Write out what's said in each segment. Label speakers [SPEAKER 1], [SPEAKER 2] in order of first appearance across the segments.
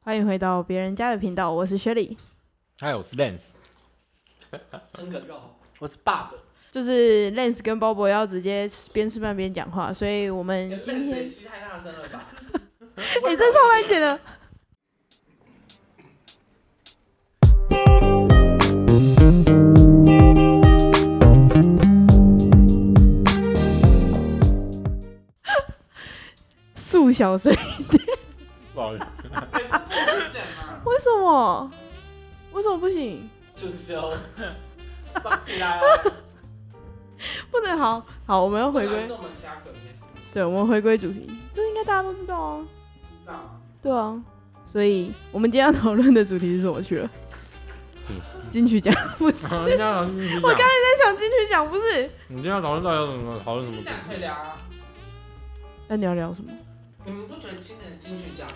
[SPEAKER 1] 欢迎回到别人家的频道，我是雪莉。
[SPEAKER 2] 还有 Lens，
[SPEAKER 3] 真梗绕，我是 bug。
[SPEAKER 1] 就是 Lens 跟鲍勃要直接边吃饭边讲话，所以我们今
[SPEAKER 3] 那个
[SPEAKER 1] 天
[SPEAKER 3] 谁吸太大声了吧？
[SPEAKER 1] 哎、这超难剪的。速小声，
[SPEAKER 2] 不好意思，
[SPEAKER 3] 这样吗？
[SPEAKER 1] 为什么？为什么不行？
[SPEAKER 3] 促 销，上起来
[SPEAKER 1] 不能好好，我们要回归，
[SPEAKER 3] 我们加梗先知
[SPEAKER 1] 对，我们回归主题，这应该大家都知道啊，
[SPEAKER 3] 道。
[SPEAKER 1] 对啊，所以我们今天要讨论的主题是什么去了
[SPEAKER 2] 嗯？
[SPEAKER 1] 金曲奖不是？
[SPEAKER 2] 我刚
[SPEAKER 1] 我刚才在想金曲奖不是？
[SPEAKER 2] 你今天要讨论到底要怎么讨论什么
[SPEAKER 3] 这样可以
[SPEAKER 2] 主题？
[SPEAKER 3] 聊啊。
[SPEAKER 1] 那你要聊什么？
[SPEAKER 3] 你们不觉得今年的金曲奖？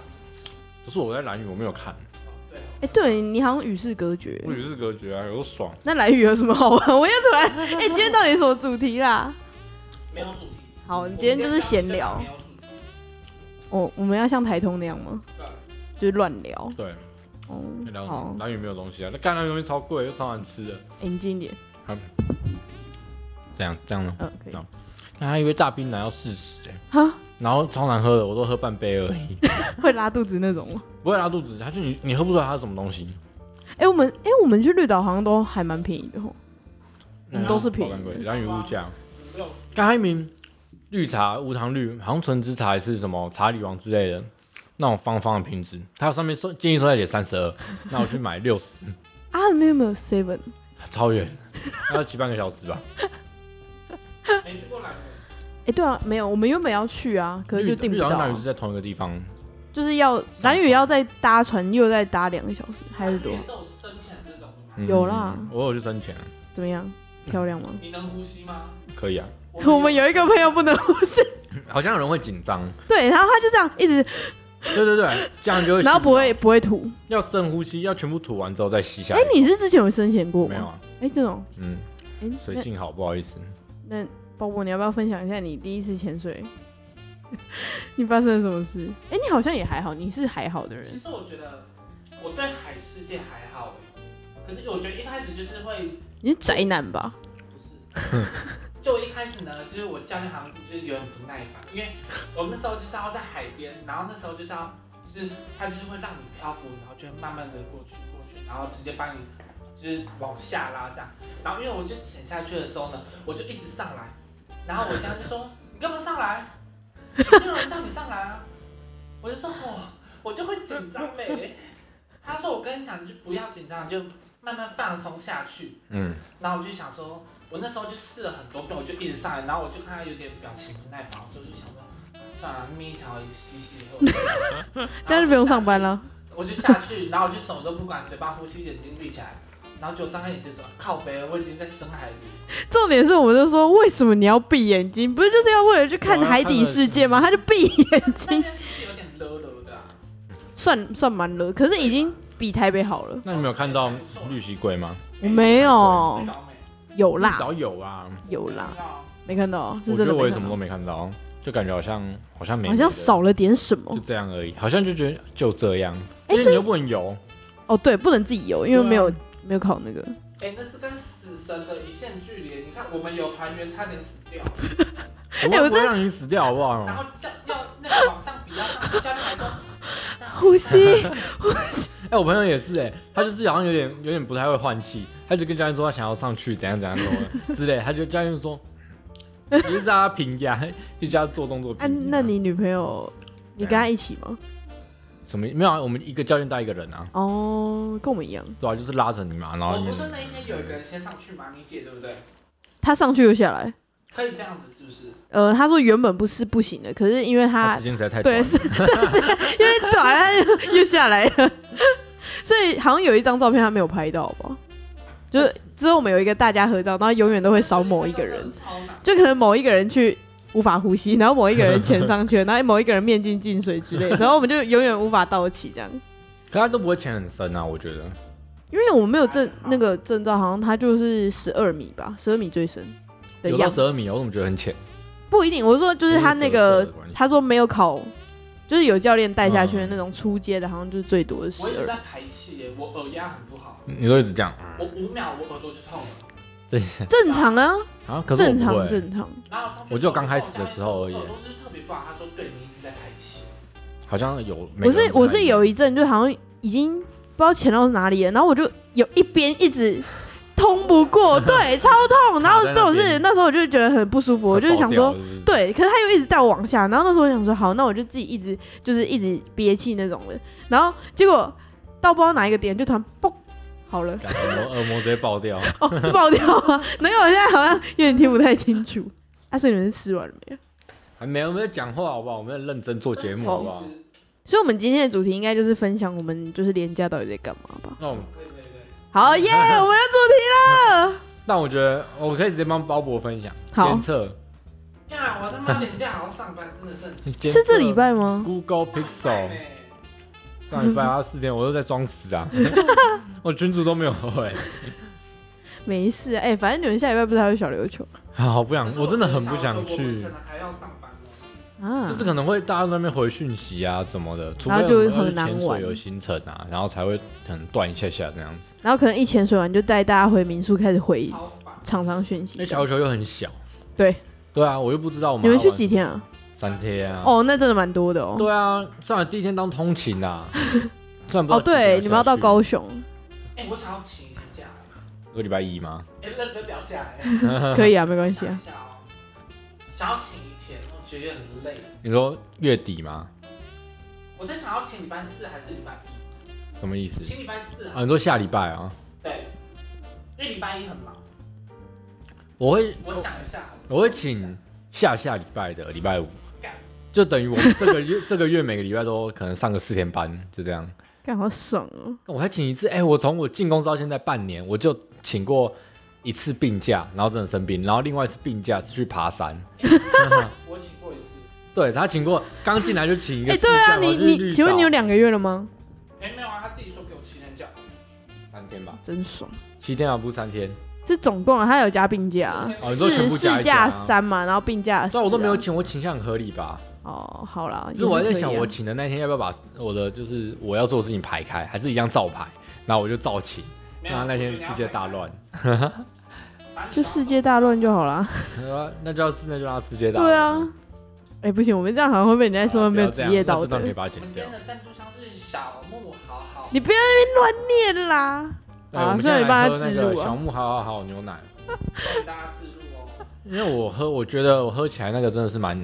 [SPEAKER 2] 可是我在蓝雨，我没有看，
[SPEAKER 3] 哦，对哦，
[SPEAKER 1] 哎、对你好像与世隔绝。
[SPEAKER 2] 我与世隔绝啊，有爽。
[SPEAKER 1] 那蓝雨有什么好玩？我又突 然，哎、今天到底什么主题啦？
[SPEAKER 3] 没有主题。
[SPEAKER 1] 好，今天就是闲聊
[SPEAKER 3] 没。有主题。
[SPEAKER 1] 哦，我们要像台通那样吗？
[SPEAKER 3] 对
[SPEAKER 1] 就是乱聊。
[SPEAKER 2] 对，
[SPEAKER 1] 哦
[SPEAKER 2] 那，聊什
[SPEAKER 1] 好
[SPEAKER 2] 么，蓝雨没有东西啊，那干那东西超贵，又超难吃的。
[SPEAKER 1] 哎你近一点。
[SPEAKER 2] 这样这样呢？
[SPEAKER 1] 嗯，可以
[SPEAKER 2] 好。那他一杯大冰奶要四十哎
[SPEAKER 1] 哈，嗯
[SPEAKER 2] 然后超难喝的，我都喝半杯而已，
[SPEAKER 1] 会拉肚子那种吗？
[SPEAKER 2] 不会拉肚子。他就你你喝不出来它是什么东西，
[SPEAKER 1] 哎、我们哎、我们去绿岛好像都还蛮便宜的哦。嗯都是便宜的
[SPEAKER 2] 好贵蓝雨物价。
[SPEAKER 3] 没有
[SPEAKER 2] 刚才一名绿茶无糖绿，好像纯芝茶还是什么茶里王之类的那种方方的瓶子，它上面说建议售价写三十二，那我去买六十，
[SPEAKER 1] 啊，没有没有 seven，
[SPEAKER 2] 超远，那要骑半个小时吧。
[SPEAKER 3] 没去过蓝雨，
[SPEAKER 1] 哎、对啊，没有，我们原本要去啊， 可是就
[SPEAKER 2] 绿
[SPEAKER 1] 订不
[SPEAKER 2] 绿岛
[SPEAKER 1] 到
[SPEAKER 2] 跟
[SPEAKER 1] 啊、
[SPEAKER 2] 蓝屿是在同一个地方，
[SPEAKER 1] 就是要蓝雨要再搭船，又再搭两个小时，还是多
[SPEAKER 3] 你
[SPEAKER 2] 哎
[SPEAKER 3] 也？是有深浅这种的吗？
[SPEAKER 2] 嗯
[SPEAKER 1] 有啦
[SPEAKER 2] 我有去申请，啊
[SPEAKER 1] 怎么样？漂亮吗？
[SPEAKER 3] 你能呼吸吗？
[SPEAKER 2] 可以啊。
[SPEAKER 1] 我们有一个朋友不能呼吸，
[SPEAKER 2] 好像有人会紧张，
[SPEAKER 1] 对，然后他就这样一直，
[SPEAKER 2] 对 对对，这样就会。
[SPEAKER 1] 然后不会不会吐。
[SPEAKER 2] 要深呼吸，要全部吐完之后再吸下
[SPEAKER 1] 哎、
[SPEAKER 2] 来。
[SPEAKER 1] 你是之前有深潜过吗？
[SPEAKER 2] 没有啊？
[SPEAKER 1] 哎、这种，
[SPEAKER 2] 嗯，
[SPEAKER 1] 哎、
[SPEAKER 2] 水性好，不好意思。
[SPEAKER 1] 那那包括你要不要分享一下你第一次潜水？ 你发生了什么事？哎、你好像也还好，你是还好的人
[SPEAKER 3] 其实我觉得我对海世界还好哎，可是我觉得一开始就是会
[SPEAKER 1] 你是宅男
[SPEAKER 2] 啊
[SPEAKER 1] 吧？
[SPEAKER 3] 不是，就一开始呢，就是我教练好像就是有点不耐烦，因为我们那时候就是要在海边，然后那时候就是要，就是他就是会让你漂浮，然后就会慢慢的过去过去，然后直接帮你就是往下拉这样。然后因为我就潜下去的时候呢，我就一直上来，然后我家就说你干嘛上来？没有人叫你上来啊！我就说哦，我就会紧张呗。他说我跟你讲，你就不要紧张，你就慢慢放松下去。
[SPEAKER 2] 嗯，
[SPEAKER 3] 然后我就想说，我那时候就试了很多遍，我就一直上来，然后我就看他有点表情不耐烦，我就就想说，算了，眯一条吸吸以后，
[SPEAKER 1] 这样就不用上班
[SPEAKER 2] 啊
[SPEAKER 1] 了。
[SPEAKER 3] 我就下去，然后我就什么都不管，嘴巴呼吸，眼睛闭起来，然后就张开眼睛说，靠北，我已经在深海里。
[SPEAKER 1] 重点是，我们就说为什么你要闭眼睛？不是就是要为了去看
[SPEAKER 2] 我要
[SPEAKER 1] 海底世界吗？
[SPEAKER 2] 嗯
[SPEAKER 1] 他就闭眼
[SPEAKER 3] 那
[SPEAKER 1] 睛，
[SPEAKER 3] 件事情有点勒勒的、啊，
[SPEAKER 1] 算算蛮了，可是已经比台北好了。
[SPEAKER 2] 那你没有看到绿蜥龟吗？
[SPEAKER 1] 我没有
[SPEAKER 3] 没，搞没
[SPEAKER 1] 有啦
[SPEAKER 2] 绿岛有啊，
[SPEAKER 1] 有
[SPEAKER 3] 没
[SPEAKER 1] 啦，
[SPEAKER 3] 搞
[SPEAKER 1] 没看到，是
[SPEAKER 2] 我
[SPEAKER 1] 真的
[SPEAKER 2] 觉得我
[SPEAKER 1] 没
[SPEAKER 2] 也什
[SPEAKER 1] 看
[SPEAKER 2] 么
[SPEAKER 1] 到
[SPEAKER 2] 都，没看到，就感觉好像好像没，
[SPEAKER 1] 好像少了点什
[SPEAKER 2] 就
[SPEAKER 1] 么。
[SPEAKER 2] 这样而已，好像就觉得就这样。
[SPEAKER 1] 哎
[SPEAKER 2] 而且你又不能游，
[SPEAKER 1] 哦，对，不能自己游，因为
[SPEAKER 2] 对啊
[SPEAKER 1] 没有没有考那个。
[SPEAKER 3] 哎、那是跟死神的一线距离。你看，我们有团员差点死掉，
[SPEAKER 2] 我
[SPEAKER 1] 哎我
[SPEAKER 2] 不
[SPEAKER 1] 真
[SPEAKER 2] 会让你死掉，好不
[SPEAKER 3] 然
[SPEAKER 2] 好？
[SPEAKER 3] 后教要那个往上比要上去，教练 还说，
[SPEAKER 1] 呼吸，
[SPEAKER 2] 哎，我朋友也是，哎，他就是好像有点有点不太会换气，他就跟教练说他想要上去怎样怎样怎么之类，他就教练说，你就叫他评价， 就叫他做动作
[SPEAKER 1] 啊，
[SPEAKER 2] 评价。
[SPEAKER 1] 那你女朋友，你跟她一起 吗？
[SPEAKER 2] 什么没有啊？我们一个教练带一个人啊，
[SPEAKER 1] 哦，跟我们一样，
[SPEAKER 2] 对吧？啊就是拉着你嘛，然后
[SPEAKER 3] 我
[SPEAKER 2] 你
[SPEAKER 3] 哦不是那一天有一个人先上去吗？你姐对不对？
[SPEAKER 1] 她上去又下来。
[SPEAKER 3] 可以这样子是不是？
[SPEAKER 1] 呃，她说原本不是不行的，可是因为她
[SPEAKER 2] 他时间实在太短
[SPEAKER 1] 对，
[SPEAKER 2] 了，
[SPEAKER 1] 是就是 因为短，他又又下来了， 所以好像有一张照片他没有拍到吧？就是之后我们有一个大家合照，然后永远都会少某一个人，
[SPEAKER 3] 超难。
[SPEAKER 1] 就可能某一个人去无法呼吸，然后某一个人潜上 去，然后某一个人面镜进水之类的，然后我们就永远无法到齐这样。
[SPEAKER 2] 可他都不会潜很深啊，我觉得。
[SPEAKER 1] 因为我们没有证那个证照，好像他就是十二米吧，十二米最深的
[SPEAKER 2] 有到
[SPEAKER 1] 样
[SPEAKER 2] 十哦
[SPEAKER 1] 子
[SPEAKER 2] 二，米，我怎么觉得很浅？
[SPEAKER 1] 不一定。我说就是他那
[SPEAKER 2] 因为
[SPEAKER 1] 个
[SPEAKER 2] 折射的关，系
[SPEAKER 1] 他说没有考就是有教练带下去的
[SPEAKER 2] 嗯
[SPEAKER 1] 那种出街的，好像就是最多的十
[SPEAKER 3] 我一直
[SPEAKER 1] 二。
[SPEAKER 3] 在排气耶，我耳压很不好，
[SPEAKER 2] 你都一直这样
[SPEAKER 3] 我五秒我耳朵就痛了，
[SPEAKER 1] 正常啊，
[SPEAKER 2] 啊？可是我
[SPEAKER 1] 正
[SPEAKER 2] 不
[SPEAKER 1] 常
[SPEAKER 2] 会，
[SPEAKER 1] 正常。
[SPEAKER 3] 然后上去
[SPEAKER 2] 我就刚开始的时候而已
[SPEAKER 3] 我耳朵就是特别不好，他说对你一直在排气，
[SPEAKER 2] 好像有。每
[SPEAKER 1] 我
[SPEAKER 2] 个人
[SPEAKER 1] 是
[SPEAKER 2] 不太
[SPEAKER 1] 我是
[SPEAKER 2] 一样
[SPEAKER 1] 有一阵就好像已经不知道潜到哪里了，然后我就有一边一直通不 过，对，超痛。然后这种
[SPEAKER 2] 卡在那
[SPEAKER 1] 事，那时候我就觉得很不舒服，我就是想说
[SPEAKER 2] 爆掉，是不是，
[SPEAKER 1] 对，可是他又一直带我往下，然后那时候我想说，好，那我就自己一直就是一直憋气那种的，然后结果到不知道哪一个点就突然嘣好了，
[SPEAKER 2] 干耳膜耳膜直接爆掉。
[SPEAKER 1] 哦，是爆掉吗？ 难怪我现在好像有点听不太清楚。啊，所以你们是吃完了没有？
[SPEAKER 2] 还没有我们在讲话好不好？我们在认真做节目好不好
[SPEAKER 3] 其？实
[SPEAKER 1] 所以我们今天的主题应该就是分享我们就是廉价到底在干嘛吧。
[SPEAKER 2] 那我们
[SPEAKER 3] 对对对，
[SPEAKER 1] 好耶我们有主题了。
[SPEAKER 2] 那我觉得我可以直接帮鲍勃分享
[SPEAKER 1] 好
[SPEAKER 2] 监测，
[SPEAKER 3] 呀，我他妈廉价还要上班，真的是很奇
[SPEAKER 2] 监测
[SPEAKER 1] 是这礼拜吗？
[SPEAKER 2] Google
[SPEAKER 3] 怪
[SPEAKER 2] Pixel
[SPEAKER 3] 耶
[SPEAKER 2] 上礼拜他四天我都在装 死啊，我群主都没有回，
[SPEAKER 1] 没事，哎、反正你们下礼拜不是还有小琉球
[SPEAKER 2] 好不想
[SPEAKER 3] 可，是
[SPEAKER 2] 我真的很不
[SPEAKER 3] 觉得
[SPEAKER 2] 想
[SPEAKER 3] 小时
[SPEAKER 2] 去
[SPEAKER 3] 候我可，能还要上班哦，
[SPEAKER 1] 啊
[SPEAKER 2] 就是？可能会大家都在那边回讯息啊什么的，除非
[SPEAKER 1] 然后就
[SPEAKER 2] 我们
[SPEAKER 1] 很
[SPEAKER 2] 要去
[SPEAKER 1] 难
[SPEAKER 2] 潜水
[SPEAKER 1] 玩
[SPEAKER 2] 有行程啊，然后才会可能断一下下这样子。
[SPEAKER 1] 然后可能一潜水完就带大家回民宿开始回
[SPEAKER 3] 超烦。
[SPEAKER 1] 厂商讯息
[SPEAKER 2] 那。小球又很小，
[SPEAKER 1] 对
[SPEAKER 2] 对啊，我又不知道我们
[SPEAKER 1] 你们去
[SPEAKER 2] 还要玩
[SPEAKER 1] 几天啊？
[SPEAKER 2] 三天啊？
[SPEAKER 1] 哦，那真的蛮多的哦。
[SPEAKER 2] 对啊，上来第一天当通勤啊，虽然不知道
[SPEAKER 1] 哦，对，
[SPEAKER 2] 几点下去
[SPEAKER 1] 你们要到高 雄，
[SPEAKER 3] 哎，我想要请一天假，
[SPEAKER 2] 这个礼拜一吗？
[SPEAKER 3] 哎，认真聊下来，
[SPEAKER 1] 可以啊，没
[SPEAKER 3] 没
[SPEAKER 1] 关系啊。
[SPEAKER 3] 哦想要请一天，我觉得很累。
[SPEAKER 2] 你说月底吗？
[SPEAKER 3] 我在想要请礼拜四还是礼拜一？
[SPEAKER 2] 什么意思？
[SPEAKER 3] 请礼拜四啊
[SPEAKER 2] 啊，，你说下礼拜啊？
[SPEAKER 3] 对，因为礼拜一很忙。
[SPEAKER 2] 我会
[SPEAKER 3] 我想一下，
[SPEAKER 2] 哦我会请下下礼拜的礼拜五
[SPEAKER 3] 干，
[SPEAKER 2] 就等于我们这 个月这个月每个礼拜都可能上个四天班，就这样。
[SPEAKER 1] 干好爽哦！
[SPEAKER 2] 我才请一次，哎、我从我进公司到现在半年，我就请过一次病假，然后真的生病，然后另外一次病假是去爬山。
[SPEAKER 3] 我请过一次。
[SPEAKER 2] 对他请过，刚进来就请一个
[SPEAKER 1] 哎、
[SPEAKER 2] 试假。
[SPEAKER 1] 对啊，
[SPEAKER 2] 然后
[SPEAKER 1] 你
[SPEAKER 2] 去绿
[SPEAKER 1] 你，请问
[SPEAKER 2] 岛
[SPEAKER 1] 你有两个月了吗？
[SPEAKER 3] 哎，没有啊，他自己说给我七天假，
[SPEAKER 2] 三天吧？
[SPEAKER 1] 真爽！
[SPEAKER 2] 七天啊，不是三天？
[SPEAKER 1] 是总共啊，他有加病假啊，
[SPEAKER 2] 哦你说全
[SPEAKER 1] 是
[SPEAKER 2] 部加一加啊
[SPEAKER 1] 试假三嘛，然后病假四、啊。
[SPEAKER 2] 对啊，我都没有请，我请向合理吧？
[SPEAKER 1] 哦，好啦，
[SPEAKER 2] 就是我还在
[SPEAKER 1] 也是
[SPEAKER 2] 想，
[SPEAKER 1] 可以啊
[SPEAKER 2] 我请的那天要不要把我的就是我要做的事情排开，还是一样照排？然后我就照请，
[SPEAKER 3] 没有
[SPEAKER 2] 那那天世界大，乱。
[SPEAKER 1] 就世界大乱就好啦。
[SPEAKER 2] 呃，那就要那就让它世界大。
[SPEAKER 1] 对啊，哎、不行，我们这样好像会被人家
[SPEAKER 2] 好
[SPEAKER 1] 说
[SPEAKER 2] 啦
[SPEAKER 1] 没有
[SPEAKER 2] 不
[SPEAKER 1] 职
[SPEAKER 2] 要这样
[SPEAKER 1] 业
[SPEAKER 2] 那
[SPEAKER 1] 道
[SPEAKER 2] 这
[SPEAKER 1] 德
[SPEAKER 2] 段。可以把
[SPEAKER 3] 我
[SPEAKER 2] 它剪
[SPEAKER 3] 们今
[SPEAKER 2] 掉
[SPEAKER 3] 天。的赞助商是小木，好好。
[SPEAKER 1] 你不要在那边乱念啦！
[SPEAKER 2] 对
[SPEAKER 1] 好
[SPEAKER 2] 哎我们
[SPEAKER 1] 所以
[SPEAKER 2] 现在
[SPEAKER 1] 帮
[SPEAKER 2] 来
[SPEAKER 1] 他
[SPEAKER 2] 喝那
[SPEAKER 1] 置
[SPEAKER 2] 个
[SPEAKER 1] 入啊
[SPEAKER 2] 小木好好好牛奶，
[SPEAKER 3] 给大家植入哦。
[SPEAKER 2] 因为我喝，我觉得我喝起来那个真的是蛮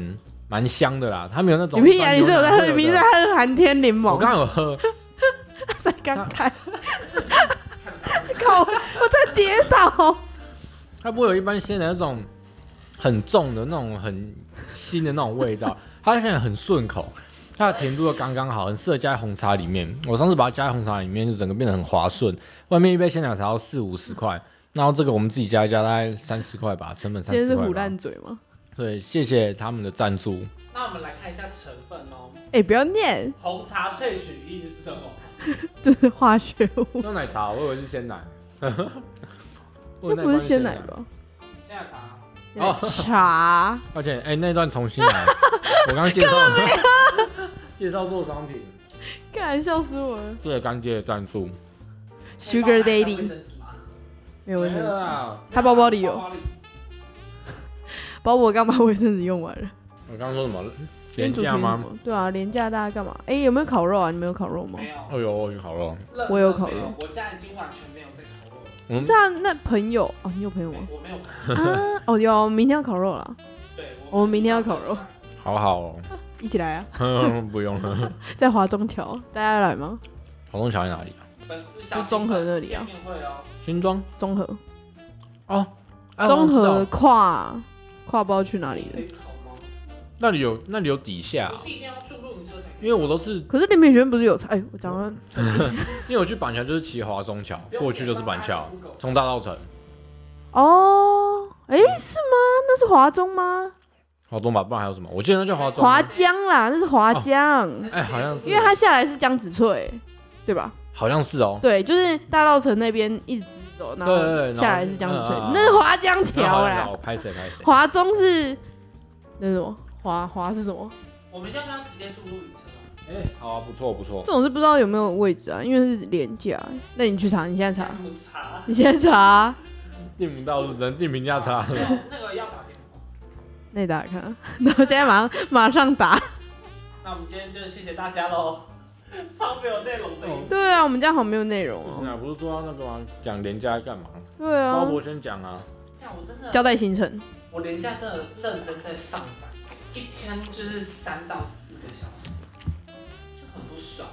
[SPEAKER 2] 蛮香的啦，它没有那种
[SPEAKER 1] 你屁啊！
[SPEAKER 2] 酸
[SPEAKER 1] 你
[SPEAKER 2] 牛
[SPEAKER 1] 是有在
[SPEAKER 2] 奶
[SPEAKER 1] 喝，
[SPEAKER 2] 味
[SPEAKER 1] 你是
[SPEAKER 2] 的
[SPEAKER 1] 在喝寒天柠
[SPEAKER 2] 我
[SPEAKER 1] 檬，
[SPEAKER 2] 刚刚有喝，
[SPEAKER 1] 才刚开，
[SPEAKER 3] 看到没有
[SPEAKER 1] 靠！我在跌倒。
[SPEAKER 2] 它不会有一般鲜奶那种很重的那种很腥的那种味道，它现在很顺口，它的甜度又刚刚好，很适合加在红茶里面。我上次把它加在红茶里面，就整个变得很滑顺。外面一杯鲜奶才要四五十块，然后这个我们自己加一加，大概三十块吧，成本三
[SPEAKER 1] 今天
[SPEAKER 2] 十
[SPEAKER 1] 是
[SPEAKER 2] 块
[SPEAKER 1] 虎
[SPEAKER 2] 吧
[SPEAKER 1] 烂。嘴吗？
[SPEAKER 2] 对，谢谢他们的赞助。
[SPEAKER 3] 那我们来看一下成分哦。
[SPEAKER 1] 哎、不要念，
[SPEAKER 3] 红茶萃取液是什么？
[SPEAKER 1] 就是化学物，
[SPEAKER 2] 用奶茶，我以为是鲜奶。
[SPEAKER 1] 那不是鲜奶？吧？
[SPEAKER 3] 现在茶。
[SPEAKER 2] 哦
[SPEAKER 1] 茶，
[SPEAKER 2] 而且，哎、那段重新来，我 刚介绍
[SPEAKER 1] 啊
[SPEAKER 2] 介绍做商品，
[SPEAKER 1] 干笑死我了
[SPEAKER 2] 谢谢干爹的赞助。
[SPEAKER 1] ！Sugar
[SPEAKER 3] 可以帮我拿一下卫
[SPEAKER 1] Daddy
[SPEAKER 3] 生纸吗
[SPEAKER 1] 没有卫生
[SPEAKER 2] 没了
[SPEAKER 1] 纸，
[SPEAKER 2] 啦，
[SPEAKER 1] 他包包里有
[SPEAKER 3] 包包里
[SPEAKER 1] 包括我刚把卫生纸用完了。
[SPEAKER 2] 我刚刚说什么？
[SPEAKER 1] 今天
[SPEAKER 2] 廉
[SPEAKER 1] 主题
[SPEAKER 2] 价
[SPEAKER 1] 是什
[SPEAKER 2] 吗？
[SPEAKER 1] 么？对啊，廉价大家干嘛？哎、有没有烤肉啊？你们有烤肉吗
[SPEAKER 3] 没？有。
[SPEAKER 2] 哦呦，我去烤肉。
[SPEAKER 1] 我有烤肉
[SPEAKER 3] 没我家已经完全没有在烤肉了。
[SPEAKER 2] 嗯
[SPEAKER 1] 是，啊，那朋友哦，你有朋友吗
[SPEAKER 3] 没？我没有，
[SPEAKER 1] 啊，哦有，明天要烤肉了，
[SPEAKER 3] 对，
[SPEAKER 1] 我们明天要烤肉。
[SPEAKER 2] 好好哦，
[SPEAKER 1] 一起来啊，
[SPEAKER 2] 不用了。
[SPEAKER 1] 在华中桥，大家来吗？
[SPEAKER 2] 跑动桥在哪里啊？
[SPEAKER 3] 粉丝小
[SPEAKER 1] 就中和那里啊
[SPEAKER 3] 见面会哦，
[SPEAKER 2] 新庄
[SPEAKER 1] 中和，
[SPEAKER 2] 哦，哎
[SPEAKER 1] 中
[SPEAKER 2] 我
[SPEAKER 1] 和
[SPEAKER 2] 知道
[SPEAKER 1] 跨跨不知道去哪里
[SPEAKER 3] 可
[SPEAKER 1] 了。
[SPEAKER 3] 以烤吗？
[SPEAKER 2] 那里有那里有底下
[SPEAKER 3] 不，是一定要住露营车才可以，
[SPEAKER 2] 啊因为我都是
[SPEAKER 1] 可是林美璇不是有哎、我讲了，
[SPEAKER 2] 因为我去板桥就是骑华中桥，过去就是板桥，从大稻城，
[SPEAKER 1] 哦，哎、是吗？那是华中吗？
[SPEAKER 2] 华中吧，不然还有什么？我记得那叫华中
[SPEAKER 1] 华
[SPEAKER 2] 啊。
[SPEAKER 1] 江啦，那是华江，
[SPEAKER 2] 哎好像是
[SPEAKER 1] 因为他下来是江子翠，对吧？
[SPEAKER 2] 好像是哦。
[SPEAKER 1] 对，就是大稻城那边一直直走，然
[SPEAKER 2] 对对对
[SPEAKER 1] 后
[SPEAKER 2] 然后
[SPEAKER 1] 下来是江子翠，
[SPEAKER 2] 嗯嗯嗯
[SPEAKER 1] 那是华江桥啊
[SPEAKER 2] 那好像
[SPEAKER 1] 啦
[SPEAKER 2] 是。哦拍谁拍谁？
[SPEAKER 1] 华中是那是什么？华华是什么？
[SPEAKER 3] 我们要不要直接住露营车？
[SPEAKER 2] 哎、好啊，不错不错
[SPEAKER 1] 这。种是不知道有没有位置啊，因为是廉价。那你去查，你现在查，
[SPEAKER 3] 不查，
[SPEAKER 1] 你现在查，
[SPEAKER 2] 订不到人订评价差，
[SPEAKER 3] 没有那个要打电话。
[SPEAKER 1] 那你打看， 然后现在马上马上打。
[SPEAKER 3] 那我们今天就谢谢大家喽，超没有内容的一集。
[SPEAKER 1] 对啊，我们这样好没有内容哦。
[SPEAKER 2] 那啊不是说要那个吗？讲廉价干嘛？
[SPEAKER 1] 对
[SPEAKER 2] 包
[SPEAKER 1] 啊，
[SPEAKER 2] 伯先讲啊，
[SPEAKER 3] 看我真的，
[SPEAKER 1] 交代行程，
[SPEAKER 3] 我连假真的认真在上班，一天就是三到四个小时，就很不爽。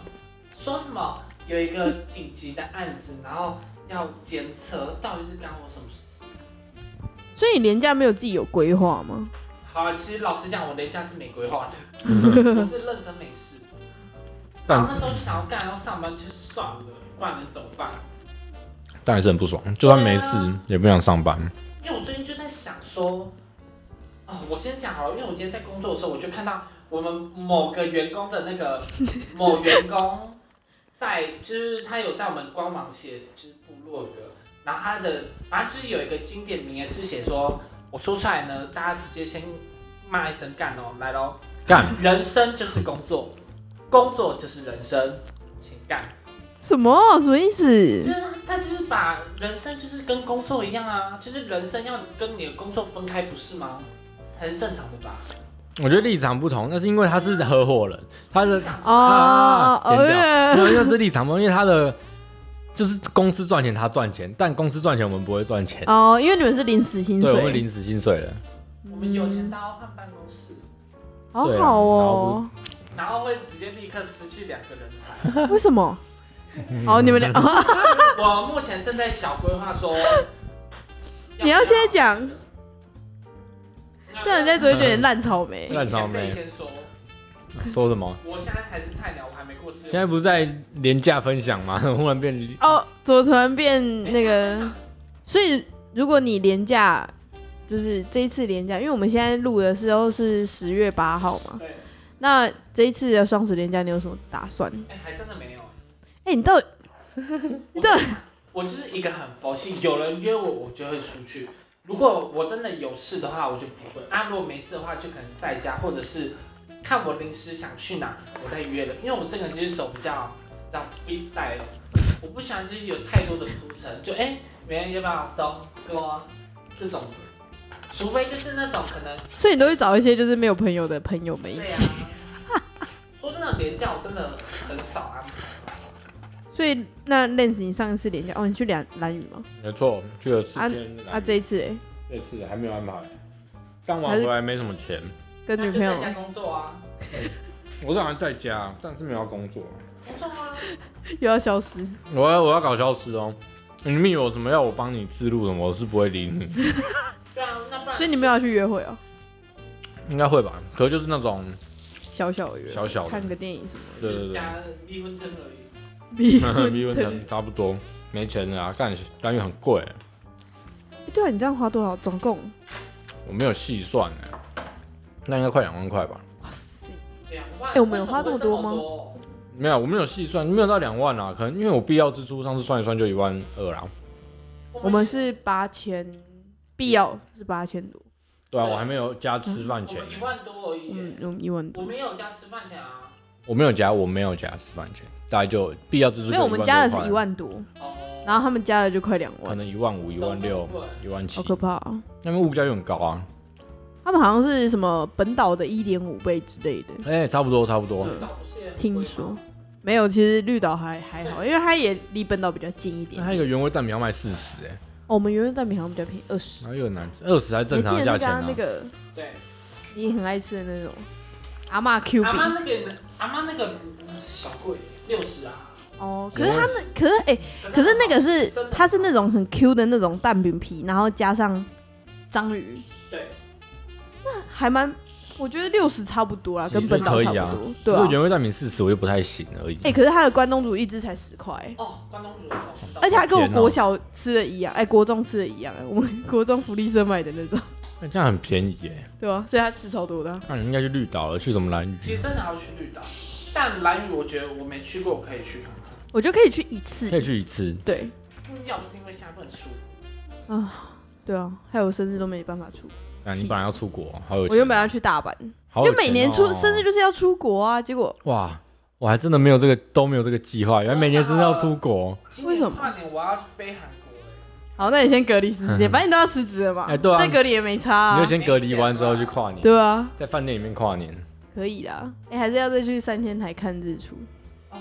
[SPEAKER 3] 说什么有一个紧急的案子，然后要监测，到底是干我什么事？
[SPEAKER 1] 所以廉价没有自己有规划吗？
[SPEAKER 3] 好啊，其实老实讲，我连假是没规划的，我是认真没事。然后
[SPEAKER 2] 但
[SPEAKER 3] 那时候就想要干，要上班就算了，不然能怎么办？
[SPEAKER 2] 但还是很不爽。就算没
[SPEAKER 3] 对
[SPEAKER 2] 事
[SPEAKER 3] 啊，
[SPEAKER 2] 也不想上班。
[SPEAKER 3] 因为我最近就在想说，哦，我先讲好了，因为我今天在工作的时候，我就看到我们某个员工的那个某员工在，就是他有在我们官网写就是部落格，然后他的反正就是有一个经典名言是写说，我说出来呢，大家直接先骂一声干哦，来喽，
[SPEAKER 2] 干，
[SPEAKER 3] 人生就是工作，工作就是人生，请干。
[SPEAKER 1] 什么什么意
[SPEAKER 3] 就
[SPEAKER 1] 思？
[SPEAKER 3] 是他就是把人生就是跟工作一样啊，就是人生要跟你的工作分开，不是吗？这才是正常的吧？
[SPEAKER 2] 我觉得立场不同，那是因为他是合伙人，他的
[SPEAKER 3] 这样子
[SPEAKER 1] 哦
[SPEAKER 2] 啊，
[SPEAKER 1] 哦
[SPEAKER 2] 剪掉没
[SPEAKER 1] 耶
[SPEAKER 2] 有，因为是立场不同，因为他的就是公司赚钱他赚钱，但公司赚钱我们不会赚钱，
[SPEAKER 1] 哦，因为你们是临时薪
[SPEAKER 2] 对，我
[SPEAKER 1] 水嗯
[SPEAKER 2] 们，临时薪水了。
[SPEAKER 3] 我们有钱到换办公室，
[SPEAKER 1] 好
[SPEAKER 2] 对啊
[SPEAKER 1] 好哦。
[SPEAKER 3] 然后会直接立刻失去两个人
[SPEAKER 2] 啊
[SPEAKER 3] 才。
[SPEAKER 1] 为什 么？哦，
[SPEAKER 2] 嗯
[SPEAKER 1] 你们俩，
[SPEAKER 3] 我目前正在小规划说，
[SPEAKER 1] 你要先讲，这样人家只会觉得你
[SPEAKER 2] 嗯
[SPEAKER 1] 烂草莓。
[SPEAKER 2] 烂草莓
[SPEAKER 3] 前辈先说，
[SPEAKER 2] 说什么？
[SPEAKER 3] 我现在还是菜鸟，我还没过试用期。
[SPEAKER 2] 现在不是在廉价分享吗？ 忽然变
[SPEAKER 1] 哦，怎么突然变嗯那
[SPEAKER 3] 哎
[SPEAKER 1] 个？所以如果你廉价，就是这一次廉价，因为我们现在录的时候是十月八号嘛，
[SPEAKER 3] 对，
[SPEAKER 1] 那这一次的双十廉价你有什么打算？
[SPEAKER 3] 哎，还真的没有。
[SPEAKER 1] 哎、你 到底
[SPEAKER 3] 我
[SPEAKER 1] 对
[SPEAKER 3] 我就是一个很佛系，有人约我，我就会出去。如果我真的有事的话，我就不会；啊，如果没事的话，就可能在家，或者是看我临时想去哪，我再约了。因为我这个人就是走比较比较 freestyle，我不喜欢就是有太多的铺陈，就哎，明天要不要走，跟我这种的，除非就是那种可能
[SPEAKER 1] 所以你都会找一些就是没有朋友的朋友们一
[SPEAKER 3] 对
[SPEAKER 1] 起，
[SPEAKER 3] 啊。说真的，连假我真的很少啊安排。
[SPEAKER 1] 所以那 Lens 你上一次廉价哦，你去蓝蓝屿吗？
[SPEAKER 2] 没错，去了四
[SPEAKER 1] 啊
[SPEAKER 2] 天，
[SPEAKER 1] 啊，这一次哎、
[SPEAKER 2] 这次还没有安排，刚
[SPEAKER 1] 还
[SPEAKER 2] 玩
[SPEAKER 1] 是
[SPEAKER 2] 回来没什么钱，
[SPEAKER 1] 跟
[SPEAKER 3] 那
[SPEAKER 1] 女
[SPEAKER 3] 就
[SPEAKER 1] 朋友
[SPEAKER 3] 在家工作啊，
[SPEAKER 2] 我当然在家，但是没有要工作，
[SPEAKER 3] 工作啊。
[SPEAKER 1] 又要消失，
[SPEAKER 2] 我要我要搞消失哦。你们有什么要我帮你自录的，我是不会理 你，
[SPEAKER 3] 对啊，那不然
[SPEAKER 1] 所以你们要去约会哦，
[SPEAKER 2] 应该会吧？可能就是那种，
[SPEAKER 1] 小小的约会，
[SPEAKER 2] 小小的
[SPEAKER 1] 看个电影什么
[SPEAKER 2] 对对
[SPEAKER 3] 就
[SPEAKER 2] 对，
[SPEAKER 3] 加离婚证而已。
[SPEAKER 1] 的。
[SPEAKER 2] 比文成差不多，没钱了啊，干干月很贵，
[SPEAKER 1] 对啊，你这样花多少？总共
[SPEAKER 2] 我没有细算哎，那应该快两万块吧？
[SPEAKER 1] 哇塞，
[SPEAKER 3] 两万？
[SPEAKER 1] 哎我们有花这么多吗
[SPEAKER 3] 为什么会这么
[SPEAKER 2] 没有，我没有细算，没有到两万啦，啊可能因为我必要支出上次算一算就一万二啊啦。
[SPEAKER 3] 多？
[SPEAKER 1] 我们是八千，必要是八千多，
[SPEAKER 2] 对啊，
[SPEAKER 3] 对
[SPEAKER 2] 我还没有加吃饭钱
[SPEAKER 3] 我，们一万多而已耶。
[SPEAKER 1] 嗯，我们一万多
[SPEAKER 3] 我。没有加吃饭钱啊。
[SPEAKER 2] 我没有加，我没有加吃饭钱，大概就必要支出。
[SPEAKER 1] 没有，我们加的是一，万多，
[SPEAKER 3] 哦。
[SPEAKER 1] 然后他们加的就快两
[SPEAKER 2] 可
[SPEAKER 1] 万，
[SPEAKER 2] 能一万五、一万六、一万七
[SPEAKER 1] 好，可怕、哦！
[SPEAKER 2] 那边物价就很高啊。
[SPEAKER 1] 他们好像是什么本岛的一点五倍之类的，
[SPEAKER 2] 哎，差不多，差不多。
[SPEAKER 1] 嗯
[SPEAKER 3] 绿岛不是也很贵吗
[SPEAKER 1] 听说。没有，其实绿岛还还好，因为它也离本岛比较近一点
[SPEAKER 2] 那。它一个原味蛋饼要卖四十，哎，
[SPEAKER 1] 哦，我们原味蛋饼好像比较便宜，二十。
[SPEAKER 2] 然后又很难吃，二十还
[SPEAKER 1] 你
[SPEAKER 2] 正
[SPEAKER 1] 记
[SPEAKER 2] 常
[SPEAKER 1] 得
[SPEAKER 2] 的
[SPEAKER 1] 那
[SPEAKER 2] 价
[SPEAKER 1] 个
[SPEAKER 2] 钱
[SPEAKER 1] 啊
[SPEAKER 2] 啊
[SPEAKER 1] 那。个
[SPEAKER 3] 对，
[SPEAKER 1] 你很爱吃的那种阿嬷 Q
[SPEAKER 3] 阿妈
[SPEAKER 1] 饼
[SPEAKER 3] 那个阿妈那个小贵六十啊。
[SPEAKER 1] 哦，可是它那可是哎，可
[SPEAKER 3] 可
[SPEAKER 1] 是那个是
[SPEAKER 3] 真的
[SPEAKER 1] 它是那种很 Q 的那种蛋饼皮，然后加上章鱼，
[SPEAKER 3] 对，
[SPEAKER 1] 还蛮，我觉得六十差不多啦，
[SPEAKER 2] 其实
[SPEAKER 1] 跟本岛
[SPEAKER 2] 可以
[SPEAKER 1] 差不多，
[SPEAKER 2] 啊如
[SPEAKER 1] 对啊
[SPEAKER 2] 果。原味蛋饼四十，我就不太行而已。
[SPEAKER 1] 哎、可是它的关东煮一只才十块、
[SPEAKER 3] 哦，关东煮好吃到
[SPEAKER 1] 而且还跟我
[SPEAKER 2] 好甜哦
[SPEAKER 1] 国小吃的一样，哎、国中吃的一样、 哎，我们国中福利社买的那种，
[SPEAKER 2] 那这样很便宜耶，
[SPEAKER 1] 对吧、所以他吃超多的啊、
[SPEAKER 2] 那你应该去绿岛了，去什么蓝屿？
[SPEAKER 3] 其实真的要去绿岛，但蓝屿我觉得我没去过，我可以去看看。
[SPEAKER 1] 我觉得可以去一次
[SPEAKER 2] 可，以去一次。
[SPEAKER 1] 对，
[SPEAKER 3] 嗯要不是因为现在不能出国，
[SPEAKER 1] 对啊，还有生日都没办法出，
[SPEAKER 2] 啊，你本来要出国，好有钱，
[SPEAKER 1] 我原本要去大阪，
[SPEAKER 2] 好有
[SPEAKER 1] 就
[SPEAKER 2] 钱哦
[SPEAKER 1] 每年出生日就是要出国啊，结果
[SPEAKER 2] 哇，我还真的没有这个都没有这个计划，原来每年真的要出国。
[SPEAKER 3] 今
[SPEAKER 1] 为什
[SPEAKER 3] 年
[SPEAKER 1] 么
[SPEAKER 3] 跨年我要飞韩国欸
[SPEAKER 1] 好，那你先隔离十 四天，反正你都要辞职了嘛。
[SPEAKER 2] 哎对啊
[SPEAKER 1] 再隔离也没差、
[SPEAKER 2] 你
[SPEAKER 1] 啊
[SPEAKER 2] 就。先隔离完之后去跨年，
[SPEAKER 1] 对啊，
[SPEAKER 2] 在饭店里面跨年。
[SPEAKER 1] 可以啦。哎、还是要再去三千台看日出。
[SPEAKER 3] 哦